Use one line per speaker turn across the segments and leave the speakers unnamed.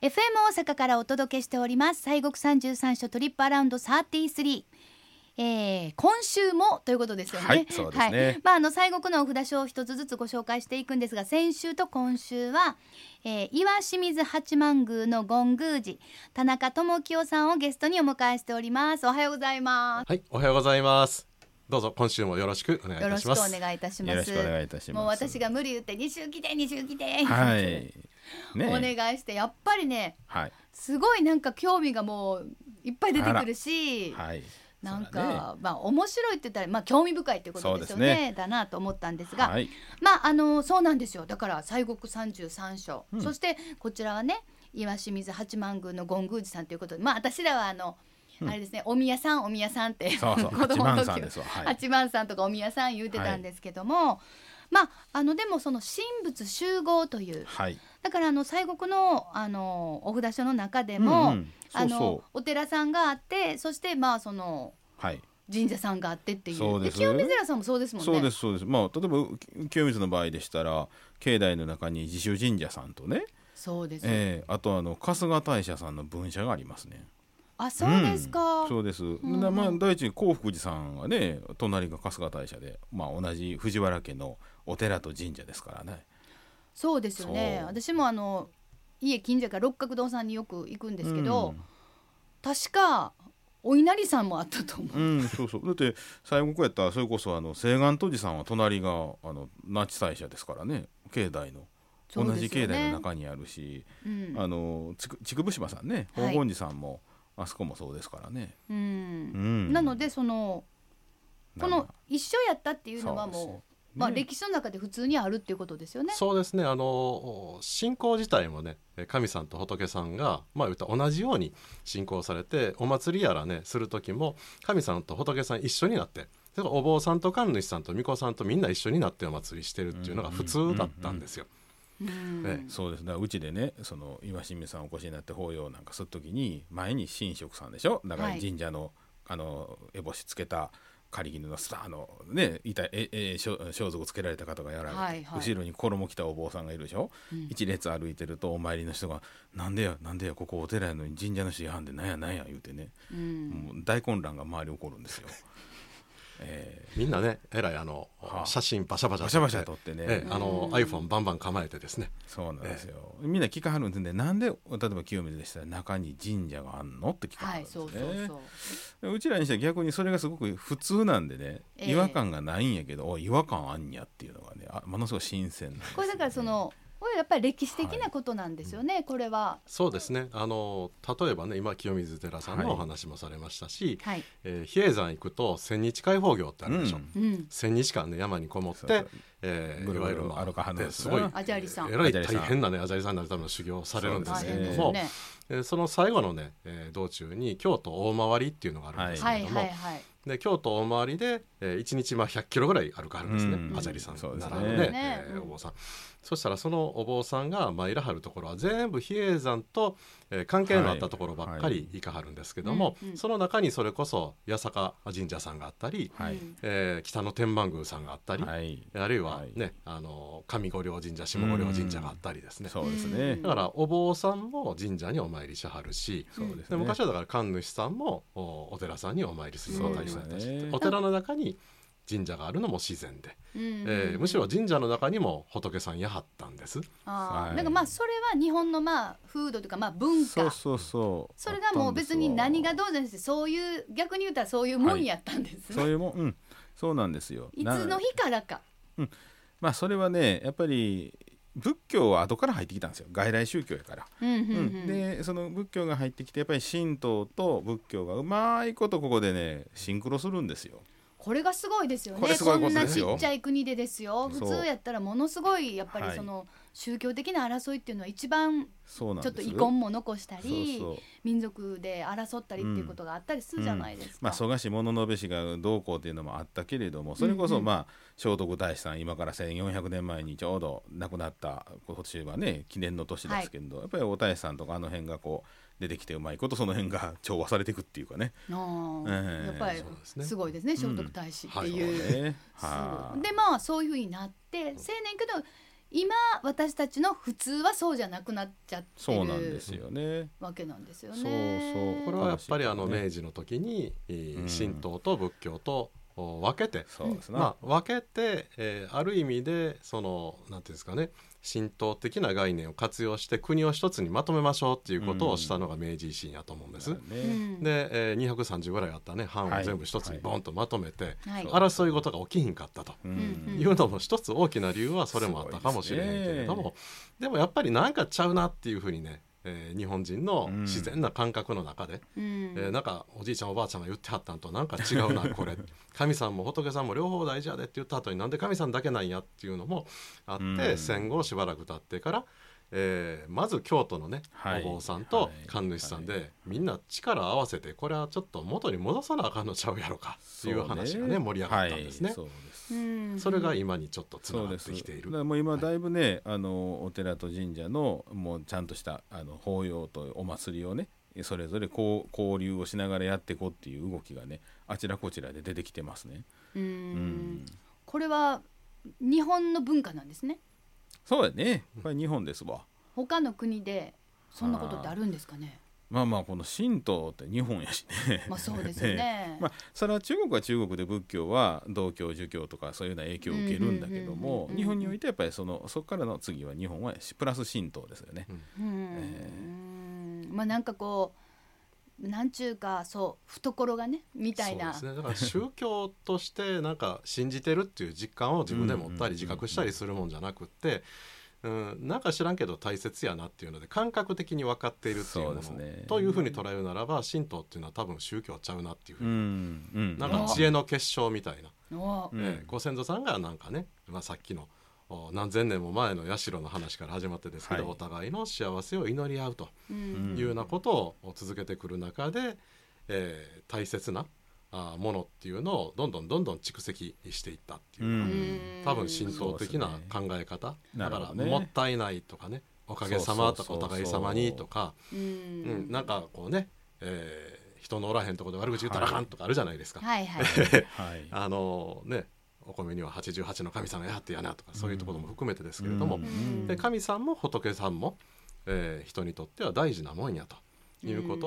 FM 大阪からお届けしております西国三十三所トリップアラウンド33えー、今週もということですよね。
はいそうですね
まああの西国のお札書を一つずつご紹介していくんですが、先週と今週は、えー、岩清水八幡宮の権宮寺田中智清さんをゲストにお迎えしております。おはようございます。
はい、おはようございます。どうぞ今週もよろしくお願いい
よろし
たし
くお
ます。
願いいたします。
よろしくお願いいたしま
も
す
う私が無理言って二週来て二週来て、
はい。
お
ね。
願いしてやっぱりね
はい。
すごいなんか興味がもういっぱい出てくるし、
はい。
なん
そうだね
か、まあ面白いって言ったらまあ興味深いってことですよね
そうです
だなと思ったんですが、
はい。
まああのそうなんですよだから西国三十三所、
ん
そしてこちらはね岩清水八幡宮の権宮寺さんということでまあ私らはあの、あれですねお宮さんお宮さんって
そうそう。
子
八
供の
幡
時
さ
は
んですわ。はい。
八幡さんとかお宮さん言うてたんですけども、まああのでもその神仏集合という
はい。
だからあの西国のあのお札所の中でも、
うんうん
あ
そう
の
そ
お寺さんがあってそしてまあその
う。はい。
神社さんがあってっていう
そうです
清水寺さんもそうですもんね。
そうですそうです。まあ例えばき清水の場合でしたら境内の中に自主神社さんとね、
そうです
ええあとあの春日大社さんの分社がありますね。
あそうですか、
そうです。
ん
なまあ第一興福寺さんはね隣が春日大社で、まあ同じ藤原家のお寺と神社ですからね。
そうですよね。
そう
私もあの家近所やから六角堂さんによく行くんですけど、
うん
確かお稲荷さんもあったと思う。
うん、そうそうだって西国やったらそれこそあの西岸都寺さんは隣があの那智大社ですからね境内の、
そ
同
うで
じ
すよ
境
ね
内の中にあるし、
うん
あの筑筑部島さんね
はい
宝厳寺さんも、あそこもそうですからね、
う
うんん、
なのでそのこ
なん
の
か
一緒やったっていうのは
そ
も
うですね
う、まあ、歴史の中で普通にあるっていうことですよね。
そうですね。あの信仰自体もね、え神さんと仏さんがまあ言ったら同じように信仰されて、お祭りやらねする時も神さんと仏さん一緒になって。それからお坊さんと神主さんと巫女さんとみんな一緒になってお祭りしてるっていうのが普通だったんですよ。
うん
ええ
そうですだからうちでねその今清水さんお越しになって法要なんかする時に前に神職さんでしょ中
はい
に神社の,、あの烏帽子つけた仮絹のスターのねいたええしょ装束つけられた方がやられて、
はいはい
後ろに衣着たお坊さんがいるでしょ、一列歩いてるとお参りの人が「なんでやなんでやここお寺やのに神社の人やんでなんやなんや」言うてね、
うん
もう大混乱が周り起こるんで すよ。え
みんなね、えらいあの、
はあ
写真バシャバシ
ー、
ャ
バシャバシャ撮
撮っ。
っててね、
ええ、あの iPhone バンバン構えてですね。
そうなんですよ、みんな聞かはるんですねなんで例えば清水でしたら中に神社があんのって聞かは
は
るん
い、
ですね、
そうそうそう。
うちらにしては逆にそれがすごく普通なんでね、
ええ
違和感がないんやけどお違和感あんにゃっていうのがねあものすごい新鮮なんですよね
これだからその、これやっぱり歴史的なことなんですよね。これは、
そうですね。あの例えばね、今清水寺さんのお話もされましたし、
はい、
えー、比叡山行くと千日開放業ってあるでしょ、
うん
うん、
千日間ね山にこもって
そうそう
えー
ぐる
い
ぐ
わ
る
ゆる、まあ、
歩かはんのやつ
すごい
な
アジャリさん
えら
ア
い
ジャ
大
リさん
変なねアジャリさんになるための修行をされるんです
大
け
変
れ
で
ど
す
もそ,、
ね。
えーその最後のね、えー道中に京都大回りっていうのがあるんですけ
は
れ
い
ども、
はいはい。
で京都大回りで、えー、1日まあ100キロぐらい歩かはるんですね、
うん
アジャリさん
そうですね
奈良のね
ね
えー
うん
お坊さん、そしたらそのお坊さんがまあいらはるところは全部比叡山と、えー関係のあったところばっか
はいは
り行かはるんですけども、
うんうん
その中にそれこそ八坂神社さんがあったり、
はい
うん
えー北の天満宮さんがあったり、
はい
あるいは
はい
ね、あの上五稜神社下五稜神社があったりですね、
そうですね
うん
だからお坊さんも神社にお参りしはるし、
そうです
で
ね
昔はだから神主さんもおお寺さんにお参りするようになりましたし、
そうですね
お寺の中に神社があるのも自然で、
うん
えーむしろ神社の中にも仏さんやはったんです。
あ
は
あ、
い
なんかまあそれは日本のまあ風土というかまあ文化。
そうそうそう
それがもう別に何がどうじゃなくてそういう逆に言うたらそういうもんやったんですね。
そういうもんうんそうなんですよ
い、つの
な
日からか。
まあそれはねやっぱり仏教は後から入ってきたんですよ外来宗教やから
うんうんう。
うんん、でその仏教が入ってきてやっぱり神道と仏教がうまいことここでねシンクロするんですよ。
これがすごいですよね
こ
こ
れすごいこと
んな
です
ち
よ
っちゃい国でですよ普
そう
通やったらものすごいやっぱり
はい
その宗教的な争いっていうのは一番
そうなん
ち
で
ょっ
す
と遺恨も残した
そう
り
そう
民族で争ったりっていうことがあったりするじゃないですか。
まあ蘇我氏物部氏がどうこうっていうのもあったけれどもそれこ
うん
そ
うん
まあ聖徳太子さん今から1,400年前にちょうど亡くなった今年はね記念の年ですけど、やっぱりお太子さんとかあの辺がこう出てきてうまいことその辺が調和されていくっていうかね。
ああ
ええ
やっぱり
そうですね
すごいですね聖徳太子っていう。
うんはい
すごい
ねはい
でまあそういうふうになって青年けど今私たちの普通はそうじゃなくなっちゃって
そうなんで
る
すよね。
わけなんですよ
そう
ね。
そう
これはやっぱりあの
ね
明治の時に、えー
うん
神道と仏教とお分けて
そうですな。
まあ、分けて、えーある意味でそのなんていうんですかね神道的な概念を活用して国を一つにまとめましょうっていうことをしたのが明治維新やと思うんです。
う
ね
ん
で、えー、230ぐらいあったね藩
は
を
い
全部一つにボンとまとめて、
はい
争い事が起きひんかったと。
う
うん
ん
いうのも一つ大きな理由はそれもあったかもしれへんけれどもで,、もやっぱりなんかちゃうなっていうふうにね、えー日本人の自然な感覚の中で、
うん
えーなんかおじいちゃんおばあちゃんが言ってはったんとなんか違うなこれ 神さんも仏さんも両方大事やでって言った後になんで神さんだけなんやっていうのもあって、
うん
戦後しばらく経ってから、えーまず京都のね、
はい
お坊さん
は
と
い
神主さんで、
は
みんな力合わせてこれはちょっと元に戻さなあかんのちゃうやろかっていう話がね盛り上がったんですね。
はいそうです
うん
それが今にちょっとつな
そう
がっ
で
て
す
きている
だからもう今だいぶね、あのお寺と神社のもうちゃんとしたあの法要とお祭りをねそれぞれこう交流をしながらやっていこうっていう動きがねあちらこちらで出てきてますね。
う
うんん、
これは日本の文化なんですね。
そうやねこれ日本ですわ。
他の国でそんなことってあるんですかね。
まあまあこの神道って日本やしね。
まあそうですよね。
まあ、それは中国は中国で仏教は道教儒教とかそういうような影響を受けるんだけど
うんうんうんうん
も
うん
日本においてやっぱりそのそこからの次は日本はプラス神道ですよね。
うんまあなんかこうなんちゅうかそう懐がねみたいな。
そうですね、だから宗教としてなんか信じてるっていう実感を自分で持ったり自覚したりするもんじゃなくって、うん、なんか知らんけど大切やなっていうので感覚的に分かっているっていうもの
そうですね
というふうに捉えるならば神道っていうのは多分宗教ちゃうなっていうふう
う
に、
んうん、
なんか知恵の結晶みたいな、
お
うん
えーご先祖さんがなんかね、まあ、さっきのお何千年も前の社の話から始まってですけど、
はい
お互いの幸せを祈り合うと。
うん
いうようなことを続けてくる中で、えー大切なあーものっていうのをどんどんどんどん蓄積していったっていう、
うん
多分神道的な
そ
考え方、
な
だ
る
か
ほど
ら、
ね
もったいないとかねおかげさまとか
そうそうそうそう
お互い様にとか、
う
うんんなんかこうね、えー人のおらへんとこで悪口言ったらあかんとかあるじゃないですか。
はいはい。
はい、
あのねお米には88の神様やってやなとかそういうところも含めてですけれども、
うん
で神さんも仏さんも、えー人にとっては大事なもんやということ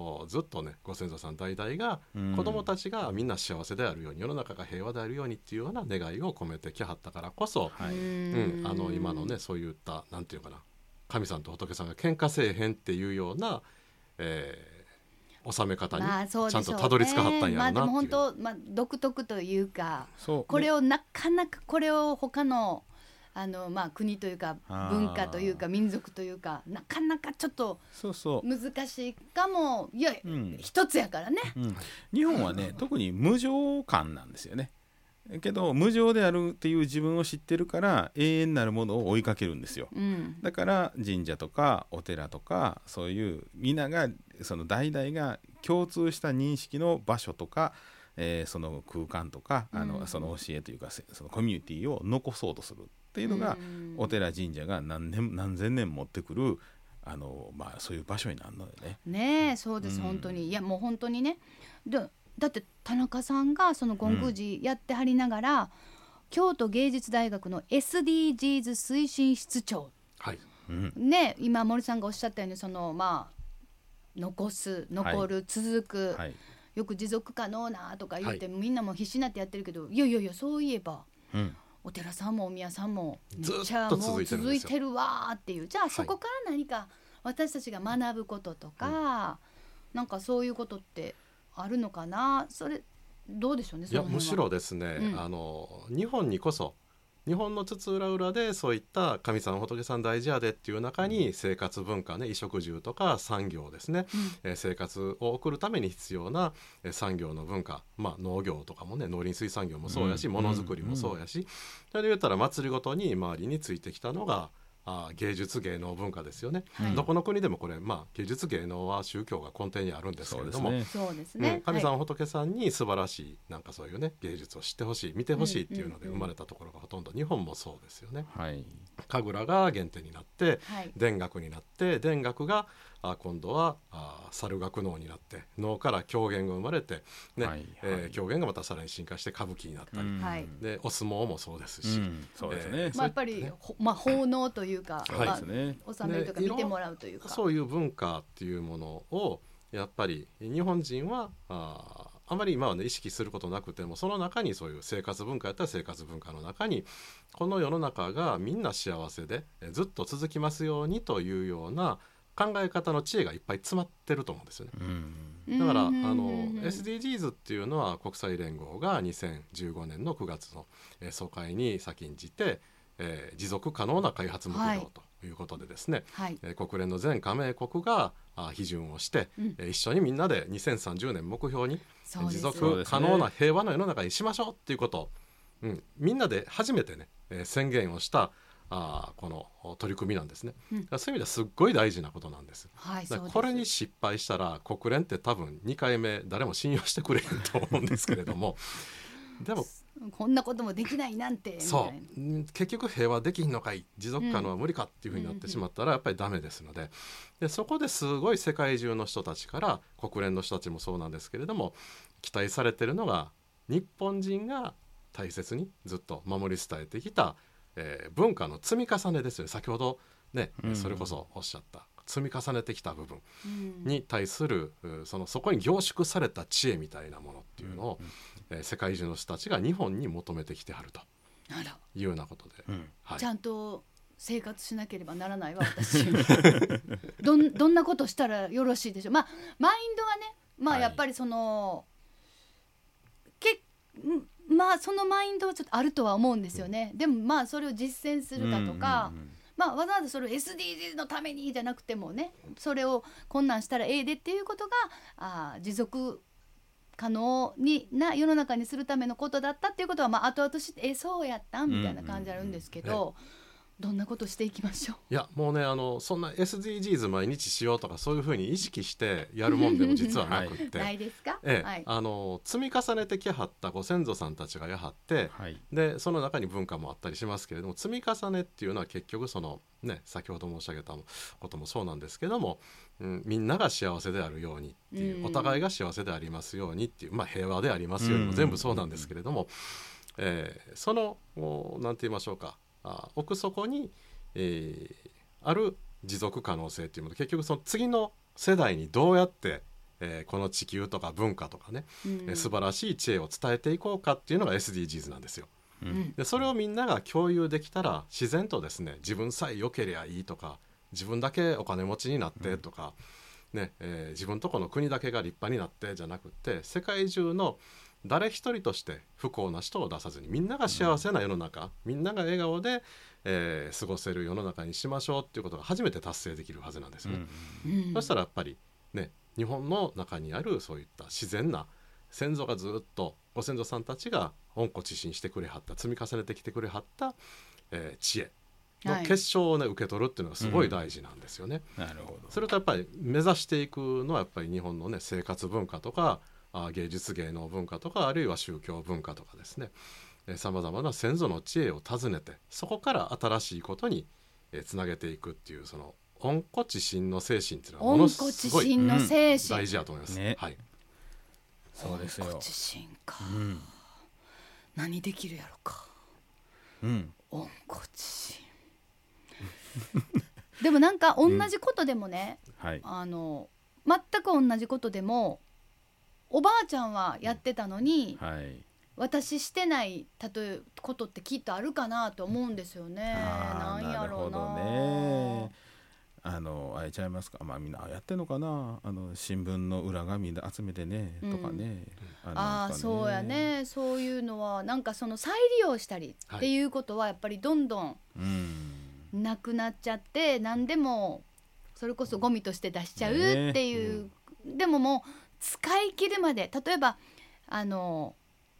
を、おずっとねご先祖さん代々が
うん
子どもたちがみんな幸せであるように世の中が平和であるようにっていうような願いを込めてきはったからこそ、
はい
うん、あの今のねそういったなんていうかな神さんと仏さんが喧嘩せえへんっていうような、えー納め方に
まあ
ち
そう
ゃ
で
ん
しょうね
とたどり着かはったんやろうなっていう。
まあでも本当まあ独特というか。
そう
これ
を
をなかなかこれを他のあの、まあ、国というか
あー
文化というか民族というかなかなかちょっと
そうそう、
難しいかもいや、
うん
一つやからね。
うん、日本はね特に無常感なんですよねけど無常であるっていう自分を知ってるから永遠なるものを追いかけるんですよ
うん、
だから神社とかお寺とかそういう皆がその代々が共通した認識の場所とか、えーその空間とかあの、
うん
その教えというかせそのコミュニティを残そうとするっていうのが、
うん
お寺神社が何年何千年持ってくるあの、まあ、そういう場所になるのでね。
ねえそうです、
うん
本当にいやもう本当にねでだって田中さんがそのゴング寺やってはりながら、京都芸術大学の SDGs 推進室長
はい
うん
ね今森さんがおっしゃったようにそのまあ残す残る、続く、
はい
よく持続可能なとか言って、
は
みんなも必死になってやってるけどいやいやいやそういえば
うん
お寺さんもお宮さんもめっち
ずっ
ゃ
と
も
続
う
いてるん
続
で
い
すよ
てるわーっていうじゃあ
い
そこから何か私たちが学ぶこととか、なんかそういうことってあるのかなそれどうでしょうね
いやむしろですね、
うん
あの日本にこそ日本の津々浦々でそういった神さん仏さん大事やでっていう中に生活文化ね衣食住とか産業ですね、えー生活を送るために必要なえー産業の文化、まあ、農業とかもね農林水産業もそうやし
うん
ものづくりもそうやし、それで言ったら祭りごとに周りについてきたのがあー芸術芸能文化ですよね、
はい
どこの国でもこれ、まあ、芸術芸能は宗教が根底にあるんですけ
そう
れ
で
ど
す
も、
ね。
そうです
うん
ね、
神
は
様仏さんに素晴らしいなんかそういうね芸術を知ってほしい見てほしいっていうので
うんうんうん
生まれたところがほとんど日本もそうですよね。
はい。
神楽が原点になって
はい
田楽になって田楽があ今度はあ猿楽能になって能から狂言が生まれて、ね
はいはい
えー狂言がまたさらに進化して歌舞伎になったり、
うん
はい
でお相撲もそうです
う
し、
んそうですね。
まあ、やっぱり、ほまあ、奉納というか、
そう
ま
で
あ
すね。
納めるとか
ね
見てもらうというか。
そういう文化っていうものをやっぱり日本人はあーあまり今はね意識することなくてもその中にそういう生活文化やったら生活文化の中にこの世の中がみんな幸せでえずっと続きますようにというような考え方の知恵がいっぱい詰まってると思うんですよね。
うん
うん
だから、
うん
あの
うんうん
SDGs っていうのは国際連合が2015年の9月の、えー総会に先んじて、えー持続可能な開発目
はい
標ということでですね、
はい。
えー国連の全加盟国があ批准をして、
うん
えー一緒にみんなで2030年目標に
そうで
持
す。
そう
続
です
可
ね
能な平和の世の中にしましょうっていうことを、うん、みんなで初めてね、えー宣言をしたあーこのお取り組みなんですね、
うん
だからそういう意味ではすっごい大事なことなんです。
はい、そ
だか
う
ら
です。
これに失敗したら国連って多分2回目誰も信用してくれへんと思うんですけれ どもでも
こんなこともできないなんて。みた
そ
いな
ううん結局平和できひんのかい持続可能は無理かっていうふうになってしまったらやっぱりダメですのででそこですごい世界中の人たちから国連の人たちもそうなんですけれども期待されてるのが日本人が大切にずっと守り伝えてきた、えー文化の積み重ねですよね先ほどね、
うん
それこそおっしゃった積み重ねてきた部分
うん
に対するうそのそこに凝縮された知恵みたいなものっていうのを、えー世界中の人たちが日本に求めてきてはると
あら
いうようなことで、
うん
はい
ち、ゃんと生活しなければならないわ 私どんどんなことしたらよろしいでしょうまあマインドはねまあ
はい
やっぱりその、けんまあそのマインドはちょっとあるとは思うんですよね、でもまあそれを実践するかとか、
うんうんうん
まあわざわざそれを SDGs のためにじゃなくてもねそれを困難したらええでっていうことがあー持続可能にな世の中にするためのことだったっていうことはまあ後々してえそうやったんみたいな感じあるんですけ
うんうん
ど、どんなことしていきましょう。
いやもうねあのそんな SDGs 毎日しようとかそういうふうに意識してやるもんでも実はなくって、
ないですか、
ええ
はい、
あの積み重ねてきはったご先祖さんたちがやはって、
はい。
でその中に文化もあったりしますけれども積み重ねっていうのは結局そのね先ほど申し上げたこともそうなんですけども、うん、みんなが幸せであるようにっていううんお互いが幸せでありますようにっていう、まあ、平和でありますように
う
も
ん
全部そうなんですけれども、えーそのおなんて言いましょうかあ奥底に、えーある持続可能性っていうもの結局その次の世代にどうやって、えーこの地球とか文化とかね、
うん
えー素晴らしい知恵を伝えていこうかっていうのが SDGs なんですよ。
う
うんん
でそれをみんなが共有できたら自然とですね自分さえ良けりゃいいとか自分だけお金持ちになってとか、ねえー自分とこの国だけが立派になってじゃなくて世界中の誰一人として不幸な人を出さずにみんなが幸せな世の中、みんなが笑顔で、えー過ごせる世の中にしましょうっていうことが初めて達成できるはずなんです
う
よね。
ん
うん
そしたらやっぱりね日本の中にあるそういった自然な先祖がずっとご先祖さんたちが恩子知心してくれはった積み重ねてきてくれはった、えー知恵の
はい
結晶をね受け取るっていうのがすごい大事なんですよね。
なるほど。
それとやっぱり目指していくのはやっぱり日本のね生活文化とかあ芸術芸能文化とかあるいは宗教文化とかですねさまざまな先祖の知恵を訪ねてそこから新しいことにつなげていくっていうその恩子知心の精神っていうのはも
温
の
故
す
知
ごい
新の精神、
大事だと思います。
ね
はい、
そうです
温
よ
故。知新か、
うん。
何できるやろか
うん。
温故知 新でもなんか同じことでもね、
はい。
あの全く同じことでもおばあちゃんはやってたのに、
はい。
私してない例えことってきっとあるかなと思うんですよね。
あ
な
ー
んやろうな。
ね。あのあれちゃいますか。まあみんなあやってんのかな。あの新聞の裏紙で集めてね
うん
とかね。の
あ
と
あ
か
そうや。ねそういうのはなんかその再利用したり
はい
っていうことはやっぱりどんどん
うん。
なくなっちゃって何でもそれこそゴミとして出しちゃう
ね
っていう、でももう使い切るまで例えばあの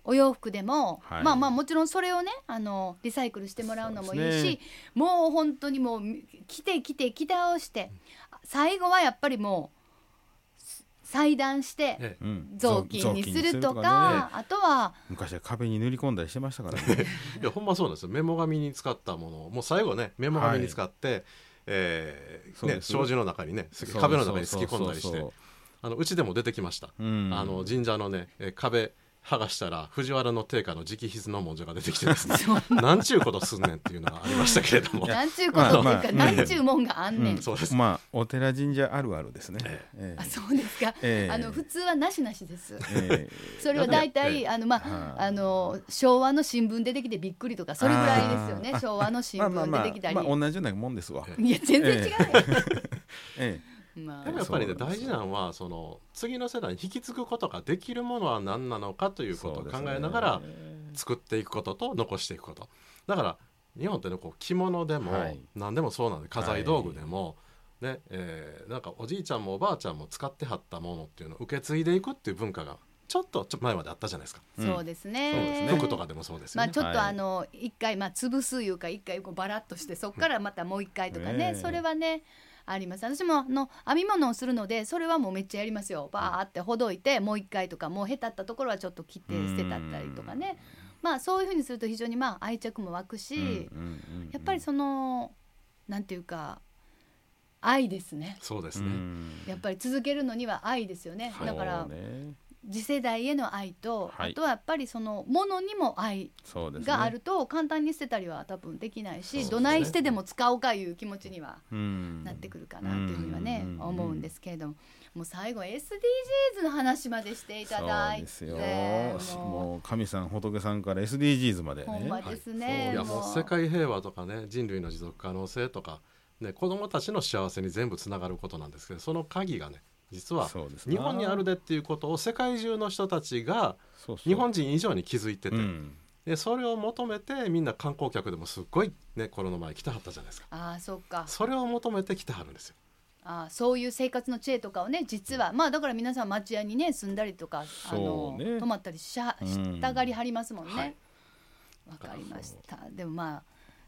お洋服でも、
はい
まあまあもちろんそれをねあのリサイクルしてもらうのもいい
そうで
し、
すね
もう本当にもう来て来て来倒して最後はやっぱりもうす裁断して
ええ
うん
雑巾にするとか,、
ね
あとは
昔は壁に塗り込んだりしてましたからね
いやほん まそうなんですよメモ紙に使ったものをもう最後ねメモ紙に使って、えー
そう
ね、
です
障子の中にねす壁の中に突き込んだりし
そうそうそう
てあのうちでも出てきました、
そううん
あの神社のねえー壁剥がしたら藤原の定家の直筆の文書が出てきてで すねなんちゅうことすんねんっていうのがありましたけれども
なんちゅうことっていうか、
まあまあ
なんちゅうもんがあんねん、
うん
そうです
まあお寺神社あるあるですね
え
え
あそうですか、
ええ
あの普通はなしなしです
ええ
それは大体
ええ
あのまあ
はい
あの昭和の新聞出てきてびっくりとかそれぐらいですよね
あー
昭和 の新
まあまあ
聞
ま
出
あ
てきたり、
まあ同じようなもんですわ
え
いや全然違うよ、
え
ま
でもやっぱりね
そうなん で
大
す
事
よ
なのはその次の世代に引き継ぐことができるものは何なのかとい
え
うことを
そうです
考
ね
えながら作っていくことと残していくことだから日本ってねこう着物でも
はい
何でもそうなんで家財道具でも、ねえーなんかおじいちゃんもおばあちゃんも使ってはったものっていうのを受け継いでいくっていう文化がちょっとちょ前まであったじゃないですか、
うん
そうですね,、
そうですね
服とかでもそうです
まあ
よね
ち。ょっと
はい
あの一回まあ潰すいうか一回こうバラッとしてそこからまたもう一回とかね
ねえ
それはねあります私もあの編み物をするのでそれはもうめっちゃやりますよバーってほどいてもう一回とかもうへたったところはちょっと切って捨てたったりとかねまあそういうふうにすると非常にまあ愛着も湧くし、
うんうんうんうん
やっぱりそのなんていうか愛ですね
そうです
う
ね、
ん
やっぱり続けるのには愛ですよね、
はい
だから
そうね
次世代への愛と、
はい
あとはやっぱりそのものにも愛
そうですね
があると簡単に捨てたりは多分できないし、
そうですね
どないしてでも使おうかいう気持ちには
うん
なってくるかなというふうにはね、
うん
思うんですけれどももう最後 SDGs の話までしていただいて
そうですよもう神さん仏さんから SDGs までね
ほんま
はい
ですね
いや
もう
もう世界平和とかね人類の持続可能性とか、ね、子どもたちの幸せに全部つながることなんですけどその鍵がね実は
そうですな
日本にあるでっていうことを世界中の人たちが
そうそう
日本人以上に気づいてて、
うん
でそれを求めてみんな観光客でもすっごい、ね、コロナ前来てはったじゃないですか
ああそっか
それを求めて来てはるんですよ
あーそういう生活の知恵とかをね実はまあだから皆さん町屋にね住んだりとか、あの
そうね
泊まったりしゃ
うん
したがりはりますもん
は
ね
い。
わ、かりました。でもまあ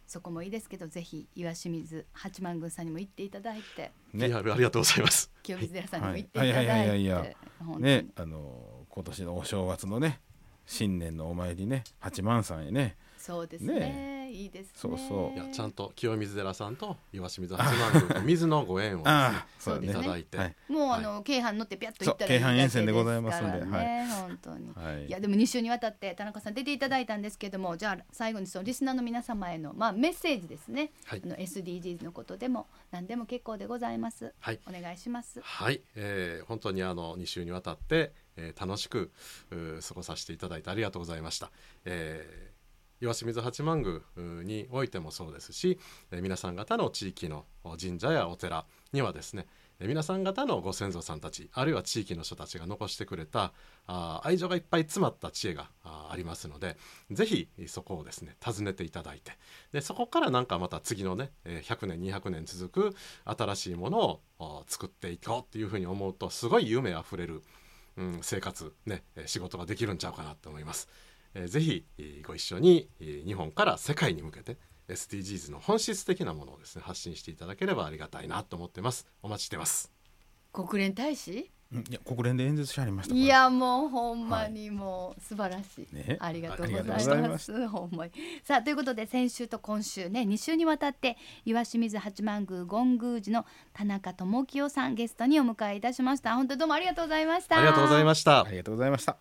そこもいいですけどぜひ岩清水八幡宮さんにも行っていただいて
ね
リアルありがとうございます
清水寺さんにも
はい
行っていただいて、
はいはいはいはいはい
本当に
ねあの今年のお正月のね新年のお参りね八幡さんへね
そうですねいいですね。
そうそう
いやちゃんと清水寺さんと岩清水八 幡宮と水のご縁をですね
ああそう
そう
だ
で
い
す
た
ね
ね
だいて、
はい
もう
は
あ
い
の京阪乗ってピャッと行ったら
そう京阪沿線でございますんで
いいだけすからね本当に。
はい
いやでも2週にわたって田中さん出ていただいたんですけどもじゃあ最後にそのリスナーの皆様への、まあ、メッセージですね、
はい
あの SDGs のことでも何でも結構でございます、
はい
お願いします
はい、えー本当にあの2週にわたって、えー楽しくうー過ごさせていただいてありがとうございました。えー岩清水八幡宮うーにおいてもそうですし、えー皆さん方の地域のお神社やお寺にはですね、えー皆さん方のご先祖さんたちあるいは地域の人たちが残してくれたあー愛情がいっぱい詰まった知恵があーありますのでぜひそこをですね訪ねていただいてでそこからなんかまた次のねえー100年200年続く新しいものをあー作っていこうっていうふうに思うとすごい夢あふれる、うん、生活ねえー仕事ができるんちゃうかなと思います。えーぜひえーご一緒にえー日本から世界に向けて SDGs の本質的なものをですね発信していただければありがたいなと思ってます。お待ちしてます。
国連大使
うんいや国連で演説しはりましたから
いやもうほんまにもう素晴らしい、
ね
ありがとう
あり
ご
がとうご
ざ
ざ
い
い
ま
ます
ほんまにさあということで先週と今週ね2週にわたって岩清水八幡宮権宮寺の田中智清さんゲストにお迎えいたしました本当にどうもありがとうございました
ありがとうございました。
ありがとうございました